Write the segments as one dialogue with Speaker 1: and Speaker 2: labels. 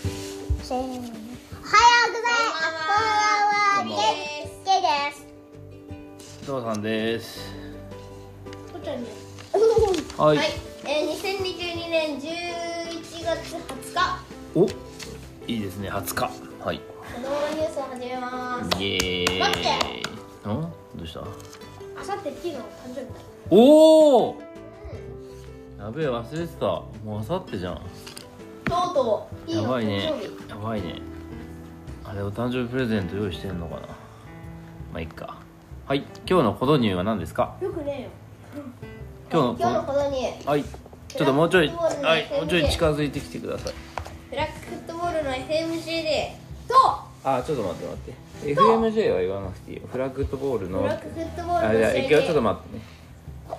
Speaker 1: せーのおはようございます
Speaker 2: こんばんは
Speaker 1: こんばんはケイです
Speaker 2: 父さんです
Speaker 3: ポタに
Speaker 2: は
Speaker 3: はい、えー、2022年11月20日
Speaker 2: おいいですね20日はい
Speaker 3: 子供のニュースを始めます
Speaker 2: イエーイ
Speaker 3: 待って
Speaker 2: んどうした
Speaker 3: あさってピーの誕生日だ
Speaker 2: おおやべえ忘れてたもうあさってじゃん
Speaker 3: とうとうピー
Speaker 2: や
Speaker 3: の
Speaker 2: ばい
Speaker 3: 誕
Speaker 2: ね
Speaker 3: 生日、
Speaker 2: やばいねあれお誕生日プレゼント用意してんのかなまあいっかはい今日のコドニューは何ですか
Speaker 3: よくねえよ
Speaker 2: 今日
Speaker 3: 今日の
Speaker 2: の
Speaker 3: ことに
Speaker 2: はいちょっともうちょい
Speaker 3: フラッグボールの
Speaker 2: はいもうちょい
Speaker 3: FMC
Speaker 2: 近づいてきてください
Speaker 3: ブラックフットボールの FMCD と
Speaker 2: あちょっと待って待って FMJ は言わなくていいよフラッグットボールの
Speaker 3: ブラックフットボー
Speaker 2: あ
Speaker 3: ル
Speaker 2: れ
Speaker 3: の
Speaker 2: だ今日ちょっと
Speaker 3: CD
Speaker 2: 待ってね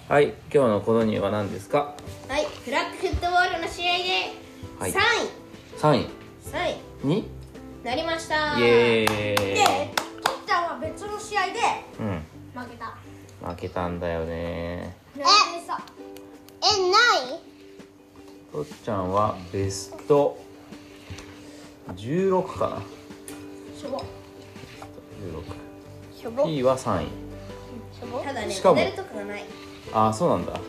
Speaker 2: はい今日のコドニューは何ですか
Speaker 3: はいブラックフットボールの試合で
Speaker 2: は
Speaker 3: 3
Speaker 2: い
Speaker 3: 位、
Speaker 2: 3位
Speaker 3: 3位
Speaker 2: に
Speaker 3: なりました
Speaker 2: イエーイ
Speaker 3: でキッちゃんは別の試合で
Speaker 2: うん
Speaker 3: 負けた
Speaker 2: 負けたんだよね
Speaker 3: なんでさ
Speaker 1: え、ない
Speaker 2: とっちゃんはベスト16かな
Speaker 3: しょぼ
Speaker 1: しょぼ
Speaker 2: 16P は3位
Speaker 3: ただね
Speaker 2: しかも
Speaker 3: メダルとかがない
Speaker 2: ああそうなんだ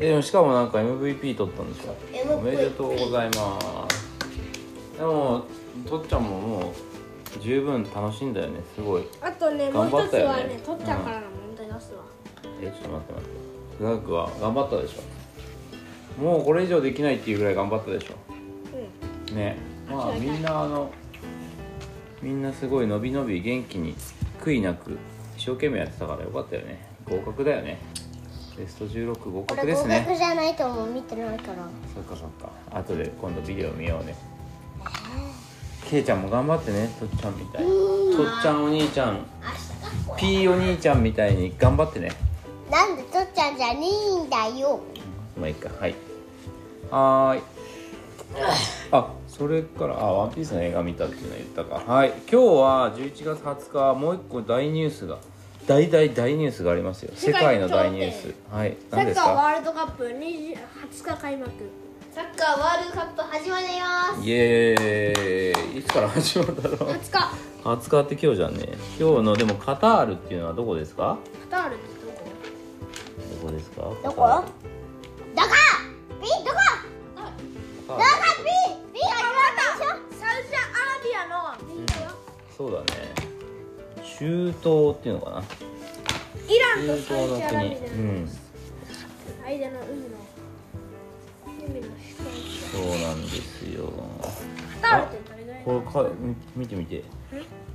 Speaker 2: えでもしかもなんか MVP 取ったんでしょ
Speaker 3: MVP
Speaker 2: おめでとうございますでもとっちゃんももう十分楽しいんだよねすごい
Speaker 3: あとね
Speaker 2: 頑張ったよねうん
Speaker 3: の問題出すわ、
Speaker 2: えちょっと待って待ってフラッグは頑張ったでしょもうこれ以上できないっていうぐらい頑張ったでしょねまあみんなあのみんなすごい伸び伸び元気に悔いなく一生懸命やってたからよかったよね合格だよねベスト16合
Speaker 1: こ
Speaker 2: 格
Speaker 1: れ
Speaker 2: で
Speaker 1: 合
Speaker 2: す
Speaker 1: 格
Speaker 2: ね
Speaker 1: じゃないと思う見てないから
Speaker 2: そっかそっか後で今度ビデオ見ようねけいちゃんも頑張ってねとっちゃんみたいとっちゃんお兄ちゃんピーお兄ちゃんみたいに頑張ってね
Speaker 1: なんでとっちゃんじゃねえんだよ
Speaker 2: まあいいかはいはーいあそれからあワンピースの映画見たっていうの言ったかはい今日は11月20日もう一個大ニュースが大大大ニュースがありますよ世
Speaker 3: 世
Speaker 2: 界
Speaker 3: 界
Speaker 2: の
Speaker 3: の
Speaker 2: 大
Speaker 3: 頂点
Speaker 2: ニュースはい
Speaker 3: サ
Speaker 2: 何
Speaker 3: ッ
Speaker 2: です
Speaker 3: カーワ
Speaker 2: か
Speaker 3: ールドカップ 20, 20日開幕サッカーワールドカップ始まりま
Speaker 2: イエーイいつから始まるんだろう
Speaker 3: す20日カ
Speaker 2: 20日って今日じゃんね今日のでもカタールっていうのはどこですか
Speaker 3: タールってどこ
Speaker 2: どこですか
Speaker 1: どこ
Speaker 2: カター
Speaker 1: ど
Speaker 2: ル
Speaker 1: こピどこ
Speaker 2: カタ
Speaker 1: どこピピが決まっ
Speaker 2: ール
Speaker 1: たでし
Speaker 3: サウジアラビアの民族
Speaker 2: そうだね中東っていうのかな
Speaker 3: イランと
Speaker 2: 中
Speaker 3: サウ
Speaker 2: 東の
Speaker 3: ジアラビ
Speaker 2: 国
Speaker 3: アの
Speaker 2: うん
Speaker 3: 間の海の海の下
Speaker 2: そうなんですよ
Speaker 3: カタールってどれぐらい
Speaker 2: これかみ見てみて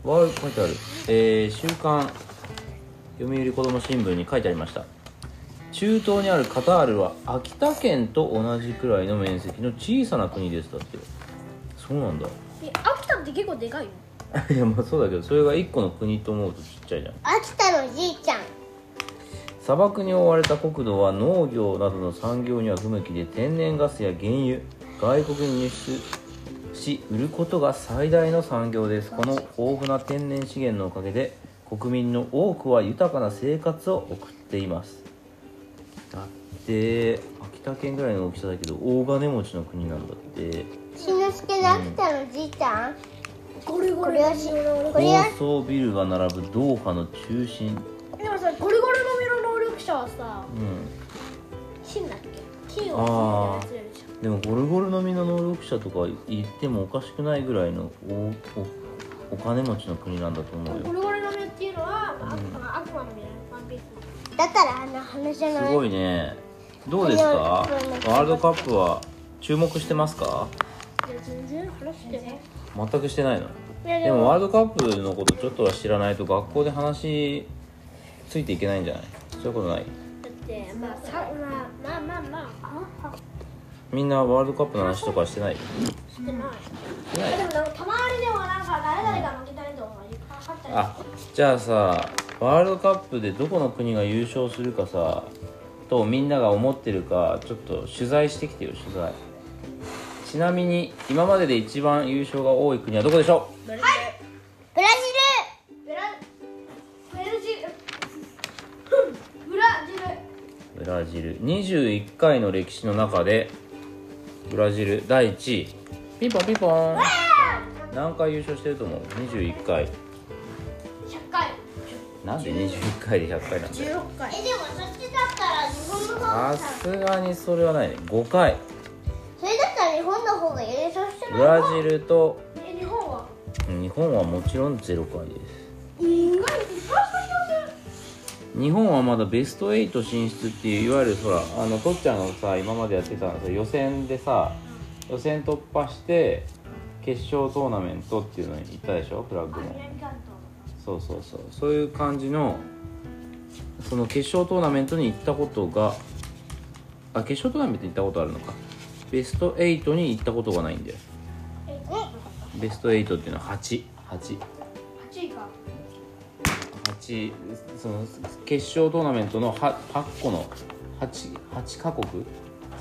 Speaker 2: わー書いてあるえー、週刊読売子ども新聞に書いてありました中東にあるカタールは秋田県と同じくらいの面積の小さな国ですだってそうなんだ
Speaker 3: え秋田って結構でかいよ
Speaker 2: いやまあそうだけどそれが1個の国と思うとちっちゃいじゃん
Speaker 1: ょ秋田のじいちゃん
Speaker 2: 砂漠に覆われた国土は農業などの産業には不向きで天然ガスや原油外国に輸出し売ることが最大の産業ですこの豊富な天然資源のおかげで国民の多くは豊かな生活を送っていますだって秋田県ぐらいの大きさだけど大金持ちの国なんだって
Speaker 1: しのすけの秋田のじいちゃん
Speaker 3: ゴリゴ
Speaker 1: こ
Speaker 3: リ
Speaker 1: れはしこれ
Speaker 2: 高
Speaker 1: は
Speaker 2: 層ビルが並ぶドーハの中心
Speaker 3: でもさゴリゴリの身の能力者はさ
Speaker 2: うん
Speaker 3: 金だっけ金
Speaker 2: あ
Speaker 3: を
Speaker 2: ー
Speaker 3: 金で操れるじゃん
Speaker 2: でもゴルゴルの実の能力者とか言ってもおかしくないぐらいのおおお金持ちの国なんだと思うよ
Speaker 3: ゴルゴルの実っていうのは、まあ悪魔悪魔の実ワンピース
Speaker 1: だったらあの話じゃ
Speaker 2: す
Speaker 1: ない
Speaker 2: ごいねどうですかワールドカップは注目してますか
Speaker 3: いや全然話してない
Speaker 2: 全くしてないの
Speaker 3: いや
Speaker 2: でもワールドカップのことちょっとは知らないと学校で話ついていけないんじゃないそういうことない
Speaker 3: だってまあさまあまあまあまああ
Speaker 2: みんなワールドカップの話とかしてない
Speaker 3: してない
Speaker 2: してない
Speaker 3: でもなんかたまにでもなんか誰々が負けたりとかいっぱいあったり
Speaker 2: あじゃあさワールドカップでどこの国が優勝するかさとみんなが思ってるかちょっと取材してきてよ取材ちなみに今までで一番優勝が多い国はどこでしょ
Speaker 3: ブラ
Speaker 1: ブラ
Speaker 3: ブラブラジルブラジル
Speaker 2: うブラジル21回の歴史の中でブラジル第1位ピンポンピンポン
Speaker 3: 負
Speaker 2: 何回優勝してると思う21回
Speaker 3: 100回
Speaker 2: なんで21回で100回なんだよ
Speaker 4: 16回
Speaker 1: えでもそっちだったら日本の方が
Speaker 2: さすがにそれはないね5回
Speaker 1: それだったら日本の方が優勝して
Speaker 2: ブ
Speaker 1: ない
Speaker 2: ラジルと
Speaker 3: え日本は
Speaker 2: 日本はもちろん0回です
Speaker 3: 意外にいっぱい勝ちます
Speaker 2: 日本はまだベスト8進出っていういわゆるほらあのとっちゃんがさ今までやってたのさ予選でさ予選突破して決勝トーナメントっていうのに行ったでしょフラッグも
Speaker 3: 南関東
Speaker 2: そうそうそうそういう感じのその決勝トーナメントに行ったことがあ決勝トーナメントに行ったことあるのかベスト8に行ったことがないんだよベスト8っていうのは88
Speaker 3: 8位か
Speaker 2: 8その決勝トーナメントのは8個の 8, 8カ国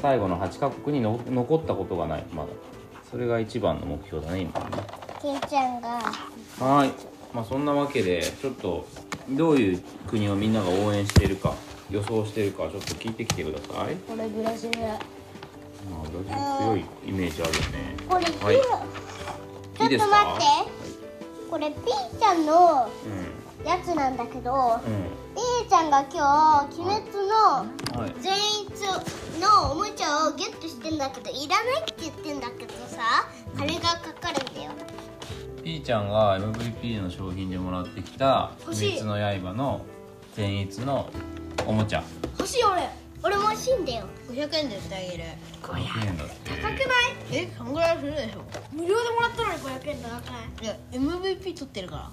Speaker 2: 最後の8カ国にの残ったことがないまだそれが一番の目標だね今ね
Speaker 1: けいちゃんが
Speaker 2: はいまあそんなわけでちょっとどういう国をみんなが応援しているか予想しているかちょっと聞いてきてください
Speaker 4: これブラジル
Speaker 2: まあブラジル強いイメージあるよね
Speaker 1: これピー、
Speaker 2: はいいい
Speaker 1: ち
Speaker 2: で
Speaker 1: ょっ
Speaker 2: す
Speaker 1: と
Speaker 2: か
Speaker 1: 待ってこれピーちゃんの
Speaker 2: う
Speaker 1: やつなんだけど
Speaker 2: ん
Speaker 1: ピーちゃんが今日「鬼滅」の
Speaker 2: うんはい
Speaker 1: 全員のおもちゃをゲットしてんだけどいらないって言ってんだけどさあれがかかるんだよ
Speaker 2: P ちゃんが MVP の商品でもらってきた「
Speaker 3: 欲しい
Speaker 2: 鬼滅の刃」の善逸のおもちゃ
Speaker 3: 欲しい俺
Speaker 1: 俺も欲しいんだよ
Speaker 4: 500円で売ってあげる
Speaker 2: 500円だって
Speaker 3: 高くない
Speaker 4: えそんぐらいするでしょ
Speaker 3: 無料でもらったのに500円高くない
Speaker 4: いや MVP 取ってるか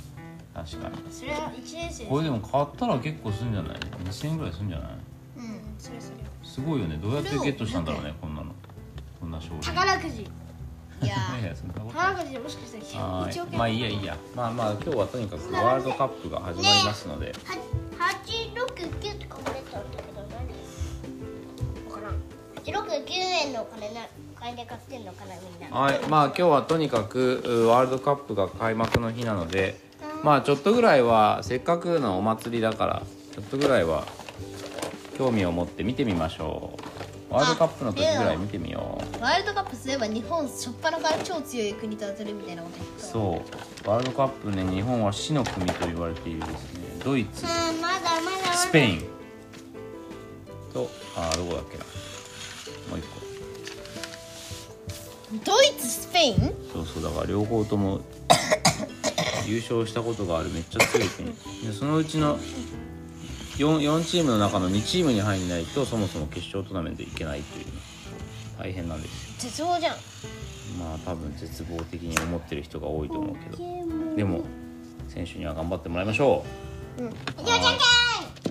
Speaker 4: ら
Speaker 2: 確かに
Speaker 3: それは1年生
Speaker 2: これでも買ったら結構するんじゃない2000円ぐらいするんじゃない
Speaker 4: うん
Speaker 3: それそれ
Speaker 2: すごいよねどうやってゲットしたんだろうねこんなのこんな商品
Speaker 3: 宝くじ
Speaker 4: いや
Speaker 2: いやいやそんなことない
Speaker 3: 宝くじでもしかしたら
Speaker 2: は
Speaker 3: 1億
Speaker 2: い
Speaker 3: 円
Speaker 2: まあいいやいいやまあまあ今日はとにかくワールドカップが始まりますので、
Speaker 1: は869って書かれてたんだけど何わからん869円のお金なお金で買ってんのかなみんな
Speaker 2: はい、まあ今日はとにかくうワールドカップが開幕の日なので、まあちょっとぐらいはせっかくのお祭りだからちょっとぐらいは興味を持って見てみましょう。ワールドカップの時ぐらい見てみよう。
Speaker 4: ワールドカップすれば日本初っ端から超強い国と当たるみたいなこと言ってた
Speaker 2: そう、ワールドカップね日本は死の国と言われているですね。ドイツ、
Speaker 1: あーまだまだまだ
Speaker 2: スペインとあーどこだっけな、もう一
Speaker 4: ドイツスペイン
Speaker 2: 個。そうそうだから両方とも 優勝したことがあるめっちゃ強い国。でそのうちの 4, 4チームの中の2チームに入んないとそもそも決勝トーナメントいけないという大変なんですよ
Speaker 4: 絶望じゃん
Speaker 2: まあ多分絶望的に思ってる人が多いと思うけどでも選手には頑張ってもらいましょううんは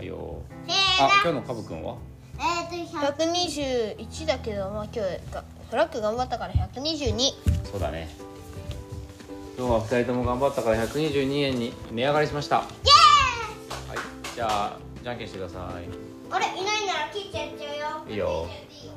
Speaker 2: いよ
Speaker 1: せーの
Speaker 2: あ今日のカブくんは
Speaker 1: えーと100
Speaker 4: 121だけどまあ今日がフラッグ頑張ったから122
Speaker 2: そうだね今日は2人とも頑張ったから122円に値上がりしましたはいじゃあじゃんけんしてください
Speaker 1: あれいないなら切っちゃっちゃうよ
Speaker 2: いいよ
Speaker 1: 切っちゃっていいよ